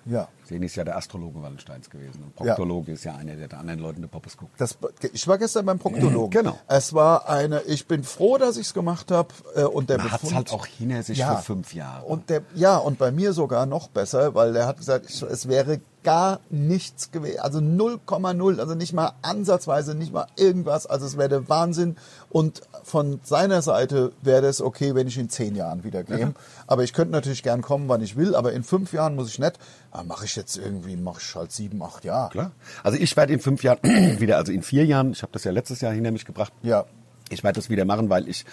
ja. Seni ist ja der Astrologe Wallensteins gewesen. Und Proktologe ist ja einer, der den anderen Leuten den Poppes guckt. Das, ich war gestern beim Proktologen. Genau. Es war eine, ich bin froh, dass ich es gemacht habe. Äh, und der Man hat's Befund- halt auch hinter sich für fünf Jahre. Und der, ja, und bei mir sogar noch besser, weil der hat gesagt, ich, es wäre gar nichts gewesen. Also 0,0, also nicht mal ansatzweise, nicht mal irgendwas. Also es wäre der Wahnsinn. Und von seiner Seite wäre es okay, wenn ich in zehn Jahren wieder käme. Aber ich könnte natürlich gern kommen, wann ich will, aber in fünf Jahren muss ich nicht. Ah, mache ich jetzt irgendwie, mache ich halt sieben, acht Jahre. Klar. Also ich werde in fünf Jahren wieder, also in vier Jahren, ich habe das ja letztes Jahr hinter mich gebracht. Ja. Ich werde das wieder machen, weil ich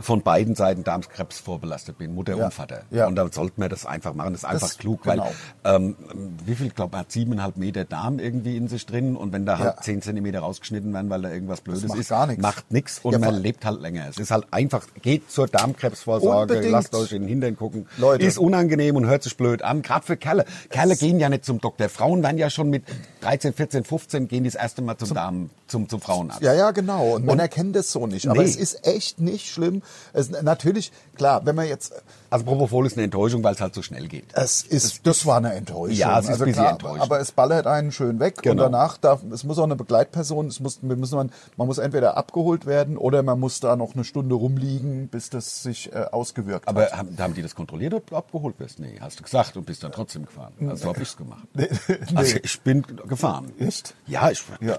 von beiden Seiten Darmkrebs vorbelastet bin, Mutter Ja. und Vater. Ja. Und dann sollte man das einfach machen. Das ist einfach Das- klug, genau. weil ähm, wie viel, glaube hat siebeneinhalb Meter Darm irgendwie in sich drin und wenn da halt Ja. zehn Zentimeter rausgeschnitten werden, weil da irgendwas Blödes macht ist, gar nichts. macht nichts und Ja, man vor- lebt halt länger. Es ist halt einfach, geht zur Darmkrebsvorsorge, Unbedingt. lasst euch in den Hintern gucken. Leute. Ist unangenehm und hört sich blöd an, gerade für Kerle. Kerle gehen ja nicht zum Doktor. Frauen werden ja schon mit 13, 14, 15 gehen die das erste Mal zum, Darm, zum, zum Frauenarzt. Ja, ja, genau. Und Männer Und- kennen das so nicht. Aber Nee. es ist echt nicht schlimm. Es, natürlich, klar, wenn man jetzt, Also Propofol ist eine Enttäuschung, weil es halt so schnell geht. es ist, das war eine Enttäuschung. Also Ja, es ist ein bisschen enttäuschend. Aber es ballert einen schön weg Genau. und danach darf, es muss auch eine Begleitperson, es muss, wir müssen, man, man muss entweder abgeholt werden oder man muss da noch eine Stunde rumliegen, bis das sich äh, ausgewirkt hat. Aber haben, haben die das kontrolliert, ob du abgeholt wirst? Nee, hast du gesagt und bist dann trotzdem gefahren. Also habe ich's gemacht. Also ich bin gefahren. Echt? Ja, ich Ja.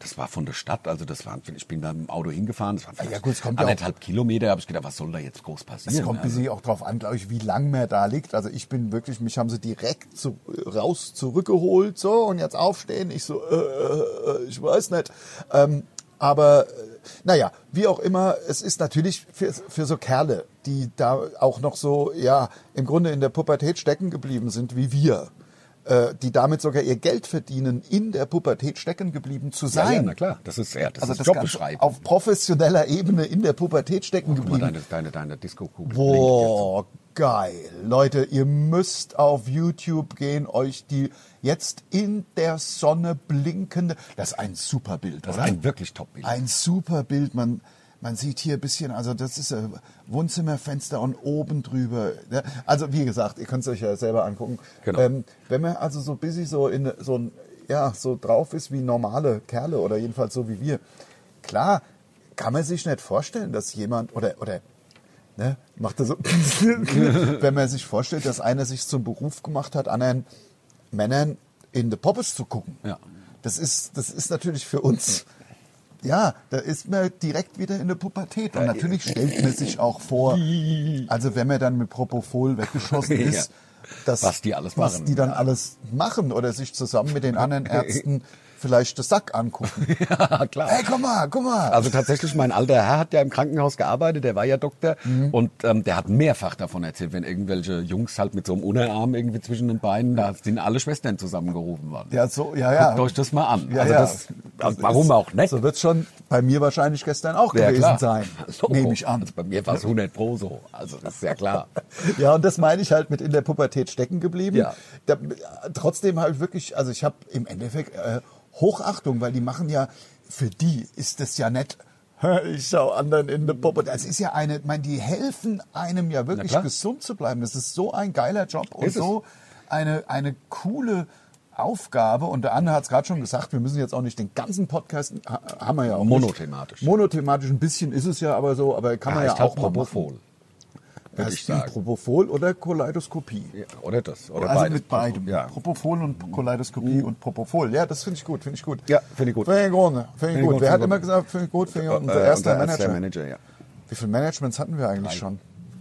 Das war von der Stadt, also das waren, ich bin da mit dem Auto hingefahren, das waren ja gut, es kommt ja auch- anderthalb Kilometer, habe ich gedacht, was soll da jetzt groß passieren? Es kommt ein Also- bisschen auch drauf an, glaube ich, wie lang mehr da liegt. Also ich bin wirklich, mich haben sie direkt zu, raus zurückgeholt, so und jetzt aufstehen. Ich so, äh, äh, äh, ich weiß nicht. Ähm, aber äh, naja, wie auch immer, es ist natürlich für, für so Kerle, die da auch noch so, ja, im Grunde in der Pubertät stecken geblieben sind, wie wir, äh, die damit sogar ihr Geld verdienen, in der Pubertät stecken geblieben zu ja, sein. ja, na klar, das ist, ja, das Also ist das Jobbeschreibung. Ganze auf professioneller Ebene in der Pubertät stecken Guck mal, geblieben. deine, deine, deine Disco-Kugel blinkt Boah, geil. Leute, ihr müsst auf YouTube gehen, euch die jetzt in der Sonne blinkende. Das ist ein super Bild, jetzt. Das ist oder? ein wirklich Top-Bild. Ein super Bild. Man, man sieht hier ein bisschen, also das ist ein Wohnzimmerfenster und oben drüber. ne? Also wie gesagt, ihr könnt es euch ja selber angucken. Genau. Ähm, wenn man also so busy so in so ein, ja, so drauf ist wie normale Kerle oder jedenfalls so wie wir, klar kann man sich nicht vorstellen, dass jemand oder oder ne, macht er so, wenn man sich vorstellt, dass einer sich zum Beruf gemacht hat, anderen Männern in the Poppes zu gucken. Ja. Das ist, das ist natürlich für uns, ja, da ist man direkt wieder in der Pubertät. Äh, Und natürlich stellt man sich auch vor, also wenn man dann mit Propofol weggeschossen Ja. ist, dass, Was die alles machen. Was die dann alles machen oder sich zusammen mit den anderen Ärzten vielleicht das Sack angucken. ja, klar. Hey, guck mal, guck mal. Also tatsächlich, mein alter Herr hat ja im Krankenhaus gearbeitet, der war ja Doktor Mhm. und ähm, der hat mehrfach davon erzählt, wenn irgendwelche Jungs halt mit so einem Unterarm irgendwie zwischen den Beinen, da sind alle Schwestern zusammengerufen worden. Ja, so, ja, ja. Guckt euch das mal an. Ja, also ja. das, also warum ist- auch nicht? So wird's schon bei mir wahrscheinlich gestern auch Ja, gewesen klar. sein. Logo. Nehme ich an. Also bei mir war es 100 pro so. Also das ist ja klar. Ja, und das meine ich halt mit in der Pubertät stecken geblieben. Ja. Da, trotzdem halt wirklich, also ich habe im Endeffekt äh, Hochachtung, weil die machen ja, für die ist das ja nett. Ich schau anderen in der Pubertät. Das ist ja eine, ich meine, die helfen einem ja wirklich klar. gesund zu bleiben. Das ist so ein geiler Job und Ist es. so eine, eine coole Aufgabe. Und der Anne hat es gerade schon gesagt, wir müssen jetzt auch nicht den ganzen Podcast, ha- haben wir ja auch Monothematisch. Nicht. Monothematisch, ein bisschen ist es ja aber so, aber kann man ja, Heißt halt auch mal machen. würde Das ich ist ein sagen. Propofol oder Kaleidoskopie. Ja, oder das. Oder also beides. mit beidem. Ja. Mhm. Propofol und Kaleidoskopie und Propofol. Ja, das finde ich gut, finde ich gut. Ja, finde ich gut. Finde ich gut, ne? finde ich ich gut. gut, Wer hat finde immer ich gut. gesagt, finde ich gut, finde ich gut. Äh, Unser erster unser erster Manager. Manager, ja. Wie viele Managements hatten wir eigentlich schon?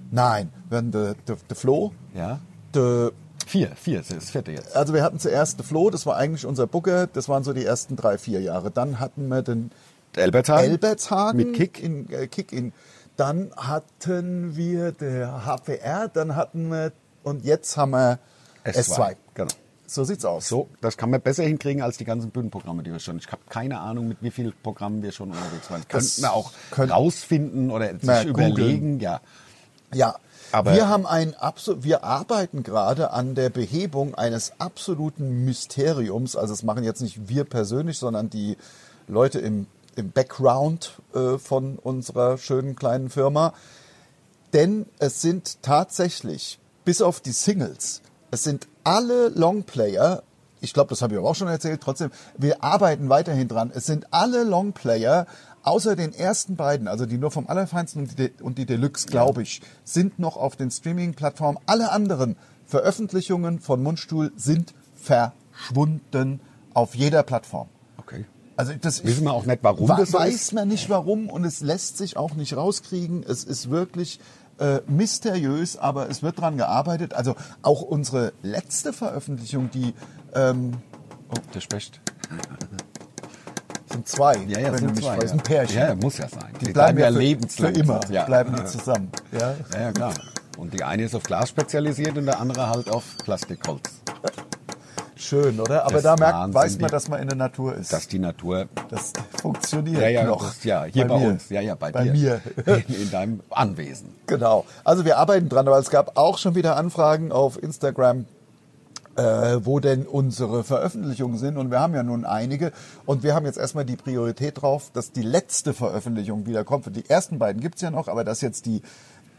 Nein, wir hatten der de, de Flo. Ja. De, Vier, vier, das ist das vierte jetzt. also wir hatten zuerst de Flo, das war eigentlich unser Booker. Das waren so die ersten drei, vier Jahre. Dann hatten wir den Elbertshagen. Elbertshagen Mit Kick. In, äh, Kick in. Dann hatten wir der HPR, dann hatten wir und jetzt haben wir S2. Genau. So sieht's aus. So, das kann man besser hinkriegen als die ganzen Bühnenprogramme, die wir schon. Ich habe keine Ahnung, mit wie vielen Programmen wir schon unterwegs waren. Das Könnten wir auch könnt- rausfinden oder sich Na, googeln. überlegen, ja. Ja. Aber- wir haben ein absolut, wir arbeiten gerade an der Behebung eines absoluten Mysteriums. Also das machen jetzt nicht wir persönlich, sondern die Leute im dem Background äh, von unserer schönen kleinen Firma. Denn es sind tatsächlich, bis auf die Singles, es sind alle Longplayer, ich glaube, das habe ich aber auch schon erzählt, trotzdem, wir arbeiten weiterhin dran. Es sind alle Longplayer, außer den ersten beiden, also die nur vom Allerfeinsten und die, De- und die Deluxe, glaube ich, sind noch auf den Streaming-Plattformen. Alle anderen Veröffentlichungen von Mundstuhl sind verschwunden auf jeder Plattform. Okay. Also das Wissen wir auch nicht, warum das so weiß ist? man nicht warum und es lässt sich auch nicht rauskriegen. Es ist wirklich äh, mysteriös, aber es wird dran gearbeitet. Also auch unsere letzte Veröffentlichung, die ähm, Der Specht. sind zwei, Ja, ja, wenn sind du mich zwei, fragst, ja. ein Pärchen. Ja, ja, muss ja sein. Die, bleiben, ja für- für, lebenslang für immer, zusammen. Ja. bleiben die zusammen. Ja. Ja, ja, klar. Und die eine ist auf Glas spezialisiert und der andere halt auf Plastikholz. Schön, oder? Aber Das da merkt, Wahnsinn, weiß die- man, dass man in der Natur ist. Dass die Natur. das funktioniert Ja, ja, noch. das, ja hier bei, mir. uns. Ja, ja, bei, bei dir. mir. In, in deinem Anwesen. Genau. Also wir arbeiten dran, aber es gab auch schon wieder Anfragen auf Instagram, äh, wo denn unsere Veröffentlichungen sind. Und wir haben ja nun einige. Und wir haben jetzt erstmal die Priorität drauf, dass die letzte Veröffentlichung wieder kommt. Für die ersten beiden gibt's ja noch, aber dass jetzt die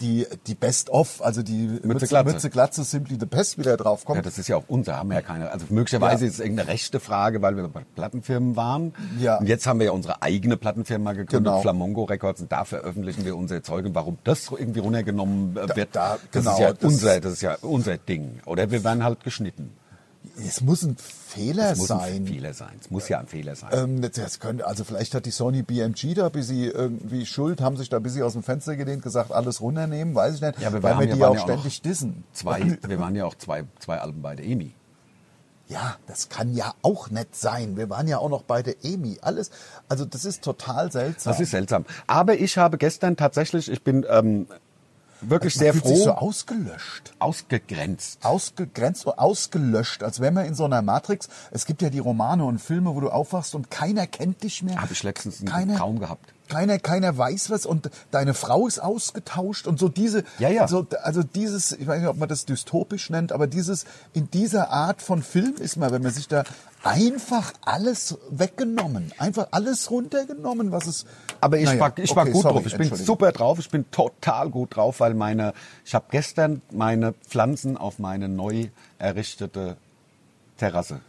die, die Best-of, also die Mütze Glatze. Mütze Glatze Simply the Best wieder drauf kommt. Ja, das ist ja auch unser, haben wir ja keine. Also möglicherweise Ja. ist es irgendeine rechte Frage, weil wir bei Plattenfirmen waren. Ja. Und jetzt haben wir ja unsere eigene Plattenfirma gegründet, Genau. Flamongo Records, und da veröffentlichen wir unser Zeug. Und warum das so irgendwie runtergenommen äh, wird, da- das, genau, ist ja das- unser, das ist ja unser Ding. Oder wir werden halt geschnitten. es muss ein Fehler Es muss sein. ein Fehler sein. Es muss ja ein Fehler sein. Ähm, das könnte, also vielleicht hat die Sony BMG da ein bisschen irgendwie Schuld, haben sich da ein bisschen aus dem Fenster gelehnt, gesagt, alles runternehmen, weiß ich nicht, Ja, aber wir weil haben wir ja- die waren auch ja auch ständig dissen. Zwei, wir waren ja auch zwei, zwei Alben bei der EMI. Ja, das kann ja auch nicht sein. Wir waren ja auch noch bei der EMI. Alles, also das ist total seltsam. Das ist seltsam. Aber ich habe gestern tatsächlich, ich bin ähm, wirklich sehr fühlt sich so froh, ausgelöscht. ausgegrenzt. Ausgegrenzt oder ausgelöscht, als wären wir in so einer Matrix. Es gibt ja die Romane und Filme, wo du aufwachst und keiner kennt dich mehr. Habe ich letztens einen Keiner- Traum gehabt. Keiner, keiner weiß was und deine Frau ist ausgetauscht und so diese, Ja, ja. So, also dieses, ich weiß nicht, ob man das dystopisch nennt, aber dieses, in dieser Art von Film ist man, wenn man sich da einfach alles weggenommen, einfach alles runtergenommen, was es. Aber ich Naja, war, ich war okay, gut sorry, drauf. Ich bin Entschuldigung. super drauf. Ich bin total gut drauf, weil meine, ich habe gestern meine Pflanzen auf meine neu errichtete Terrasse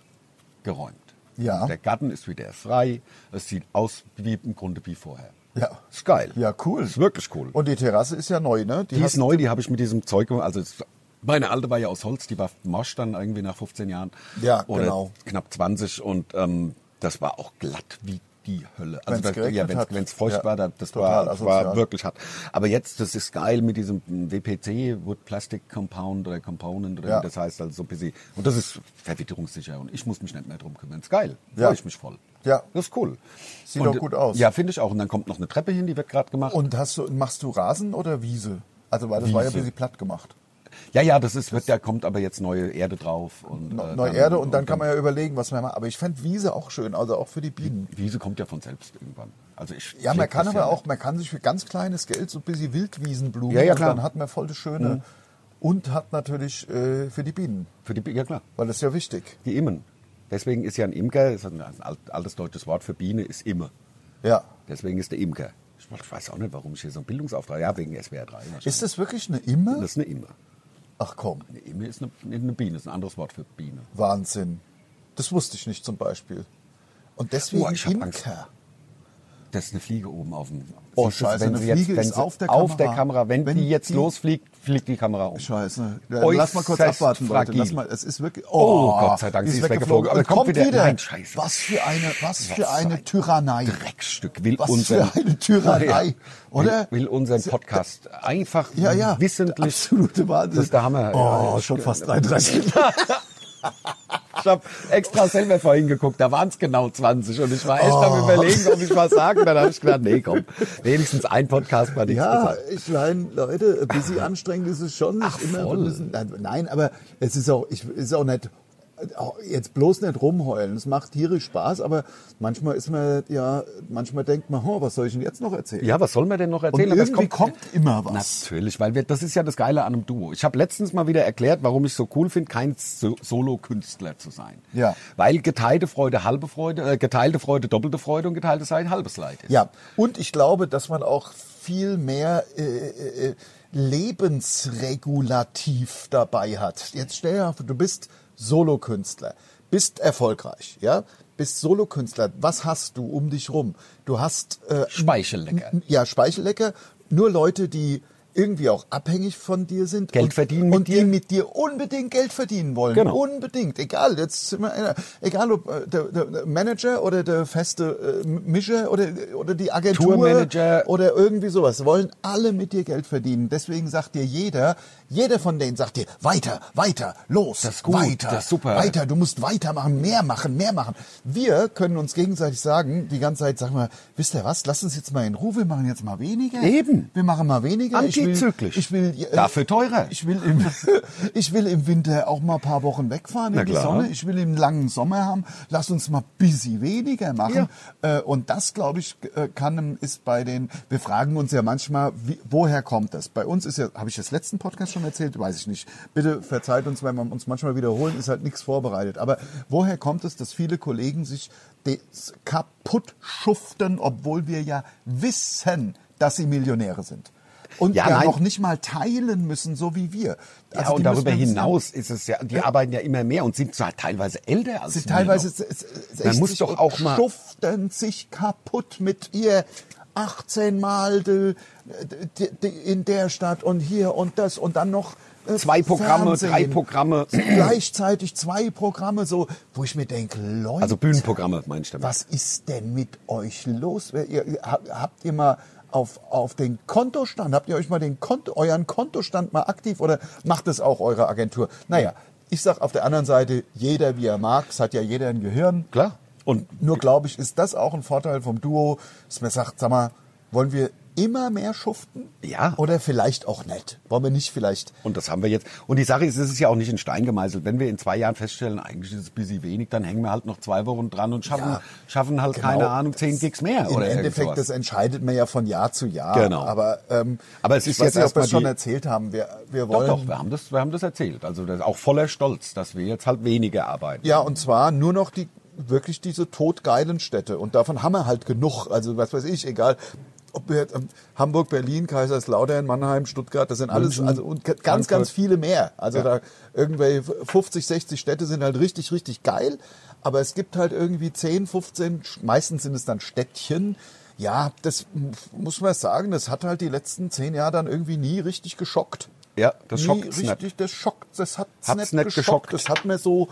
geräumt. Ja. Der Garten ist wieder frei. Es sieht aus wie im Grunde wie vorher. Ja. Ist geil. Ja, cool. Ist wirklich cool. Und die Terrasse ist ja neu, ne? die, ist hast- neu, die habe ich mit diesem Zeug gemacht. Also es- meine alte war ja aus Holz, die war morsch dann irgendwie nach 15 Jahren. Ja, Oder genau. knapp 20 und ähm, das war auch glatt wie die Hölle. Also Wenn's das, ja, geregnet wenn's, hat. wenn's feucht Ja, war, da- das total war, das war asozial. wirklich hart. Aber jetzt, das ist geil mit diesem WPC, Wood Plastic Compound oder Component oder Ja. wie das heißt, also so ein bisschen. Und das ist verwitterungssicher und ich muss mich nicht mehr drum kümmern. Ist geil. Ja. Freue ich mich voll. Ja. Das ist cool. Sieht und, doch gut aus. Ja, finde ich auch. Und dann kommt noch eine Treppe hin, die wird gerade gemacht. Und hast du, machst du Rasen oder Wiese? Also, weil das war ja ein Wiese. bisschen platt gemacht. Ja, ja, das ist, wird, da kommt aber jetzt neue Erde drauf. Und, äh, Neue Erde und dann kann man ja überlegen, was man macht. Aber ich fände Wiese auch schön, also auch für die Bienen. Wiese kommt ja von selbst irgendwann. Also ich Ja, man pfleg kann das aber ja auch, nicht. man kann sich für ganz kleines Geld so ein bisschen Wildwiesenblumen Ja, ja, und klar. Mhm. dann hat man voll das Schöne. Und hat natürlich äh, für die Bienen, Für die, ja klar, weil das ist ja wichtig. die Immen. Deswegen ist ja ein Imker, das ist ein alt- altes deutsches Wort für Biene, ist Imme. Ja. Deswegen ist der Imker. Ich weiß auch nicht, warum ich hier so einen Bildungsauftrag Ja, wegen SWR 3. wahrscheinlich. Ist das wirklich eine Imme? das ist eine Imme. Ach komm, Eine Imme ist eine, eine Biene, ist ein anderes Wort für Biene. Wahnsinn. Das wusste ich nicht zum Beispiel. Und deswegen Boah, ich hab Angst. Imker. Das ist eine Fliege oben auf dem... Oh, Siehst du, scheiße, wenn eine sie Fliege wenn ist sie auf der Kamera. auf Der Kamera. Wenn, Wenn die jetzt die- losfliegt, fliegt die Kamera um. Scheiße. Ja, lass mal kurz Äußerst abwarten, Leute. Lass fragil. mal, es ist wirklich. Oh, Gott sei Dank, die sie ist weggeflogen. Aber kommt wieder. Nein, scheiße. Was für eine, was für Was eine ein Tyrannei. Dreckstück will Was unseren, für eine Tyrannei, Ja, oder? Will, will unseren Podcast einfach Ja, ja. Der wissentlich. absolute Wahnsinn. Das ist der Hammer. Oh, Ja, das- schon fast 33. Ich habe extra selber vorhin geguckt, da waren es genau 20 und ich war echt Oh. am überlegen, ob ich was sagen Dann habe ich gedacht, nee, komm, wenigstens ein Podcast war nichts Ja, gesagt. ich meine, Leute, ein bisschen anstrengend ist es schon. Nicht Ach, voll. wir müssen- nein, aber es ist auch, ich, ist auch nicht jetzt bloß nicht rumheulen. Es macht tierisch Spaß, aber manchmal ist man ja, manchmal denkt man, oh, was soll ich denn jetzt noch erzählen? Ja, was soll man denn noch erzählen? Und Aber es irgendwie kommt immer was. Natürlich, weil wir, das ist ja das Geile an einem Duo. Ich habe letztens mal wieder erklärt, warum ich so cool finde, kein so Solo-Künstler zu sein. Ja. Weil geteilte Freude, halbe Freude, äh, geteilte Freude, doppelte Freude und geteiltes Leid, halbes Leid ist. Ja, und ich glaube, dass man auch viel mehr äh, äh, äh, lebensregulativ dabei hat. Jetzt stell dir vor, du bist Solokünstler, bist erfolgreich, ja, bist Solokünstler. Was hast du um dich rum? Du hast äh, Speichellecker. ja Speichellecker, nur Leute, die irgendwie auch abhängig von dir sind Geld und, verdienen mit und die dir. mit dir unbedingt Geld verdienen wollen. Genau. Unbedingt. Egal, jetzt sind wir einer, egal ob äh, der, der der Manager oder der feste äh, Mischer oder, oder die Agentur Tourmanager. oder irgendwie sowas. Wollen alle mit dir Geld verdienen. Deswegen sagt dir jeder, jeder von denen sagt dir, weiter, weiter, los, Das ist gut, weiter, das ist super. weiter, du musst weitermachen, mehr machen, mehr machen. Wir können uns gegenseitig sagen, die ganze Zeit sagen wir, wisst ihr was, lasst uns jetzt mal in Ruhe, wir machen jetzt mal weniger. Eben. Wir machen mal weniger. Antizyklisch. Ich will, ich will, äh, Dafür teurer. Ich will, im, ich will im Winter auch mal ein paar Wochen wegfahren Na in die klar. Sonne. Ich will einen langen Sommer haben. Lass uns mal ein bisschen weniger machen. Äh, und das, glaube ich, äh, kann, ist bei den, wir fragen uns ja manchmal, wie, woher kommt das? Bei uns ist ja, habe ich das letzten Podcast schon erzählt? Weiß ich nicht. Bitte verzeiht uns, wenn wir uns manchmal wiederholen, ist halt nichts vorbereitet. Aber woher kommt es, dass viele Kollegen sich des kaputt schuften, obwohl wir ja wissen, dass sie Millionäre sind? Und ja, Ja, nein. noch nicht mal teilen müssen, so wie wir. Ja, Also die und darüber müssen ein bisschen- hinaus ist es ja, die arbeiten ja immer mehr und sind zwar teilweise älter als Sie wir teilweise noch. se- se- Man muss 60 doch auch mal- schuften sich kaputt mit ihr 18 Mal de, de, de, in der Stadt und hier und das und dann noch äh, Zwei Programme, Fernsehen. drei Programme. gleichzeitig zwei Programme so, wo ich mir denke, Leute, Also Bühnenprogramme, meine ich damit. was ist denn mit euch los? Wer- Ihr, ihr- hab- habt ihr mal auf, auf den Kontostand, habt ihr euch mal den Konto, euren Kontostand mal aktiv oder macht es auch eure Agentur? Naja, ich sag auf der anderen Seite, jeder wie er mag, es hat ja jeder ein Gehirn. Klar. Und Nur glaube ich, ist das auch ein Vorteil vom Duo, dass man sagt, sag mal, wollen wir immer mehr schuften? Ja. Oder vielleicht auch nicht. Wollen wir nicht vielleicht Und das haben wir jetzt. Und die Sache ist, es ist ja auch nicht in Stein gemeißelt. Wenn wir in zwei Jahren feststellen, eigentlich ist es ein bisschen wenig, dann hängen wir halt noch zwei Wochen dran und schaffen, Ja. schaffen halt Genau. keine Ahnung, zehn Gigs mehr. Im oder Endeffekt, irgend das sowas. entscheidet man ja von Jahr zu Jahr. Genau. Aber, ähm, Aber es ist ich weiß jetzt nicht, ob wir erstmal es schon die- erzählt haben. Wir, wir Doch, wollen doch, wir haben das, wir haben das erzählt. Also das, auch voller Stolz, dass wir jetzt halt weniger arbeiten. Ja, und zwar nur noch die wirklich diese totgeilen Städte. Und davon haben wir halt genug. Also was weiß ich, egal. Ob wir, jetzt, ähm, Hamburg, Berlin, Kaiserslautern, Mannheim, Stuttgart, das sind alles, München, also und ga- ganz, ganz Frankfurt. viele mehr. Also Ja. da irgendwelche 50, 60 Städte sind halt richtig, richtig geil. Aber es gibt halt irgendwie 10, 15, meistens sind es dann Städtchen. Ja, das m- muss man sagen, das hat halt die letzten zehn Jahre dann irgendwie nie richtig geschockt Ja, das nie schockt's richtig, nicht. das schockt, das hat's, nicht Hat's nicht geschockt. geschockt. Das hat mir so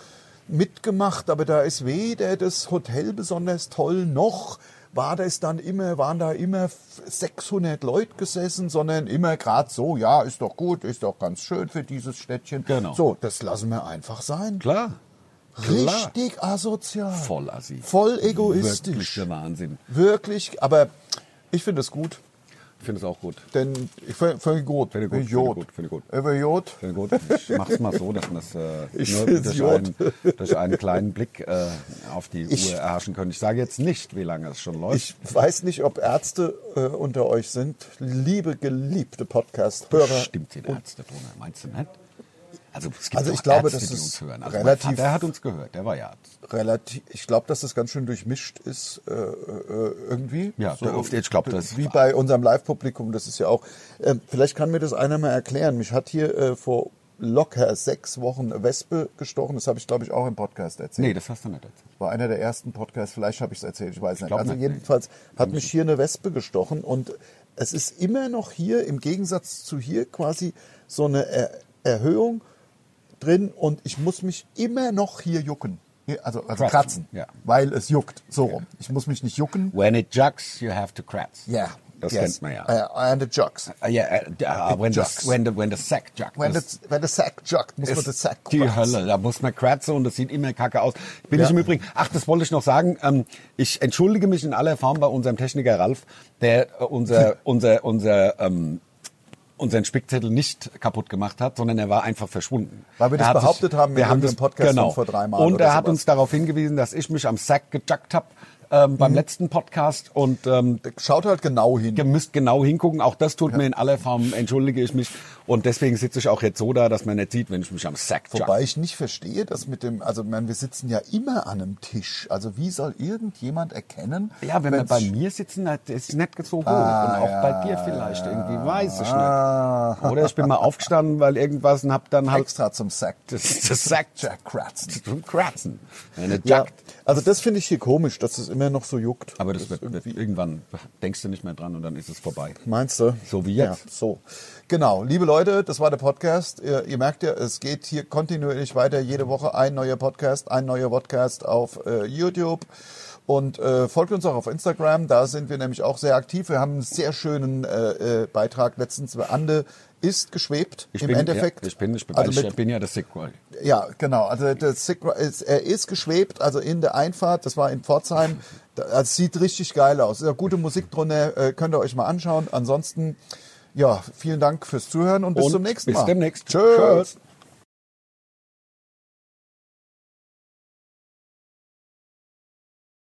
mitgemacht, aber da ist weder das Hotel besonders toll, noch war das dann immer, waren da immer 600 Leute gesessen, sondern immer gerade so, ja, ist doch gut, ist doch ganz schön für dieses Städtchen. Genau. So, das lassen wir einfach sein. Klar. Klar. Richtig asozial. Voll assi. Voll Wirklich egoistisch. der Wahnsinn. Wirklich, aber ich finde es gut. Ich finde es auch gut. Denn ich finde find gut. Finde gut, Idiot. finde gut, finde gut. Idiot. Finde gut. Ich mach's mal so, dass man es äh, Ich nur find's durch Jod. einen, durch einen kleinen Blick äh, auf die Ich- Uhr erhaschen können. Ich sage jetzt nicht, wie lange es schon läuft. Ich weiß nicht, ob Ärzte äh, unter euch sind. Liebe, geliebte Podcast-Hörer. Stimmt den Ärzte drunter, meinst du nicht? Also es gibt Also auch ich glaube, Ärzte, das die ist uns hören. Also relativ- mein Vater hat uns gehört, der war ja Arzt. Relativ, ich glaube, dass das ganz schön durchmischt ist äh, äh, irgendwie. Ja, der- ich glaub, das- Wie bei unserem Live-Publikum, das ist ja auch... Äh, vielleicht kann mir das einer mal erklären. Mich hat hier äh, vor locker sechs Wochen eine Wespe gestochen. Das habe ich, glaube ich, auch im Podcast erzählt. Nee, das hast du nicht erzählt. War einer der ersten Podcasts, vielleicht habe ich es erzählt, ich weiß nicht. glaub Also nicht, jedenfalls hat mich hier eine Wespe gestochen und es ist immer noch hier, im Gegensatz zu hier, quasi so eine er Erhöhung drin und ich muss mich immer noch hier jucken. Hier, Also, also kratzen, Kratzen, ja. weil es juckt, so rum. Ich muss mich nicht jucken. When it jucks, you have to cratz. Ja. Das kennt man ja. Äh, and it jucks. Ah, Ja, äh, da- It when, the, jucks. when, the, when the sack jucks. When, das it, when the sack juckt, muss man ist den Sack die kratzen. Hölle, da muss man kratzen und das sieht immer kacke aus. Bin Ja. ich im Übrigen, ach, das wollte ich noch sagen, ähm, ich entschuldige mich in aller Form bei unserem Techniker Ralf, der äh, unser, unser, unser ähm, unseren Spickzettel nicht kaputt gemacht hat, sondern er war einfach verschwunden. Weil wir Er das hat behauptet haben in wir haben irgendeinem das, Podcast genau. von vor drei Mal Und oder er hat sowas. uns darauf hingewiesen, dass ich mich am Sack gejuckt habe ähm, Mhm. beim letzten Podcast und ähm, Schaut halt genau hin. Ihr müsst genau hingucken. Auch das tut mir in aller Form, entschuldige ich mich. Und deswegen sitze ich auch jetzt so da, dass man nicht sieht, wenn ich mich am Sack juck. Wobei ich nicht verstehe, dass mit dem, also ich meine, wir sitzen ja immer an einem Tisch. Also wie soll irgendjemand erkennen? Ja, wenn wir wenn's Ah, bei mir sitzen, das ist nicht so hoch. und auch bei dir vielleicht. Irgendwie weiß ich nicht. Oder ich bin mal aufgestanden, weil irgendwas und hab dann halt Ah. extra zum Sack das, das Sack Jack Kratzen. zum Kratzen. Wenn er Ja, juckt. also das finde ich hier komisch, dass es immer noch so juckt. Aber das wird, wird irgendwann denkst du nicht mehr dran und dann ist es vorbei. Meinst du? So wie jetzt. Ja, so. Genau. Liebe Leute, das war der Podcast. Ihr, ihr merkt ja, es geht hier kontinuierlich weiter. Jede Woche ein neuer Podcast, ein neuer Podcast auf äh, YouTube. Und äh, folgt uns auch auf Instagram. Da sind wir nämlich auch sehr aktiv. Wir haben einen sehr schönen äh, äh, Beitrag letztens. Ande ist geschwebt Ich im bin, Endeffekt. Ja, ich bin, ich bin, also ich mit, bin ja das Sequel. ja, genau. Also der Sigma ist, er ist geschwebt, also in der Einfahrt. Das war in Pforzheim. Da- Das sieht richtig geil aus. Ist auch gute Musik drunter. äh, Könnt ihr euch mal anschauen. Ansonsten, ja, vielen Dank fürs Zuhören und bis Und zum nächsten bis Mal. demnächst. Tschüss. Tschüss.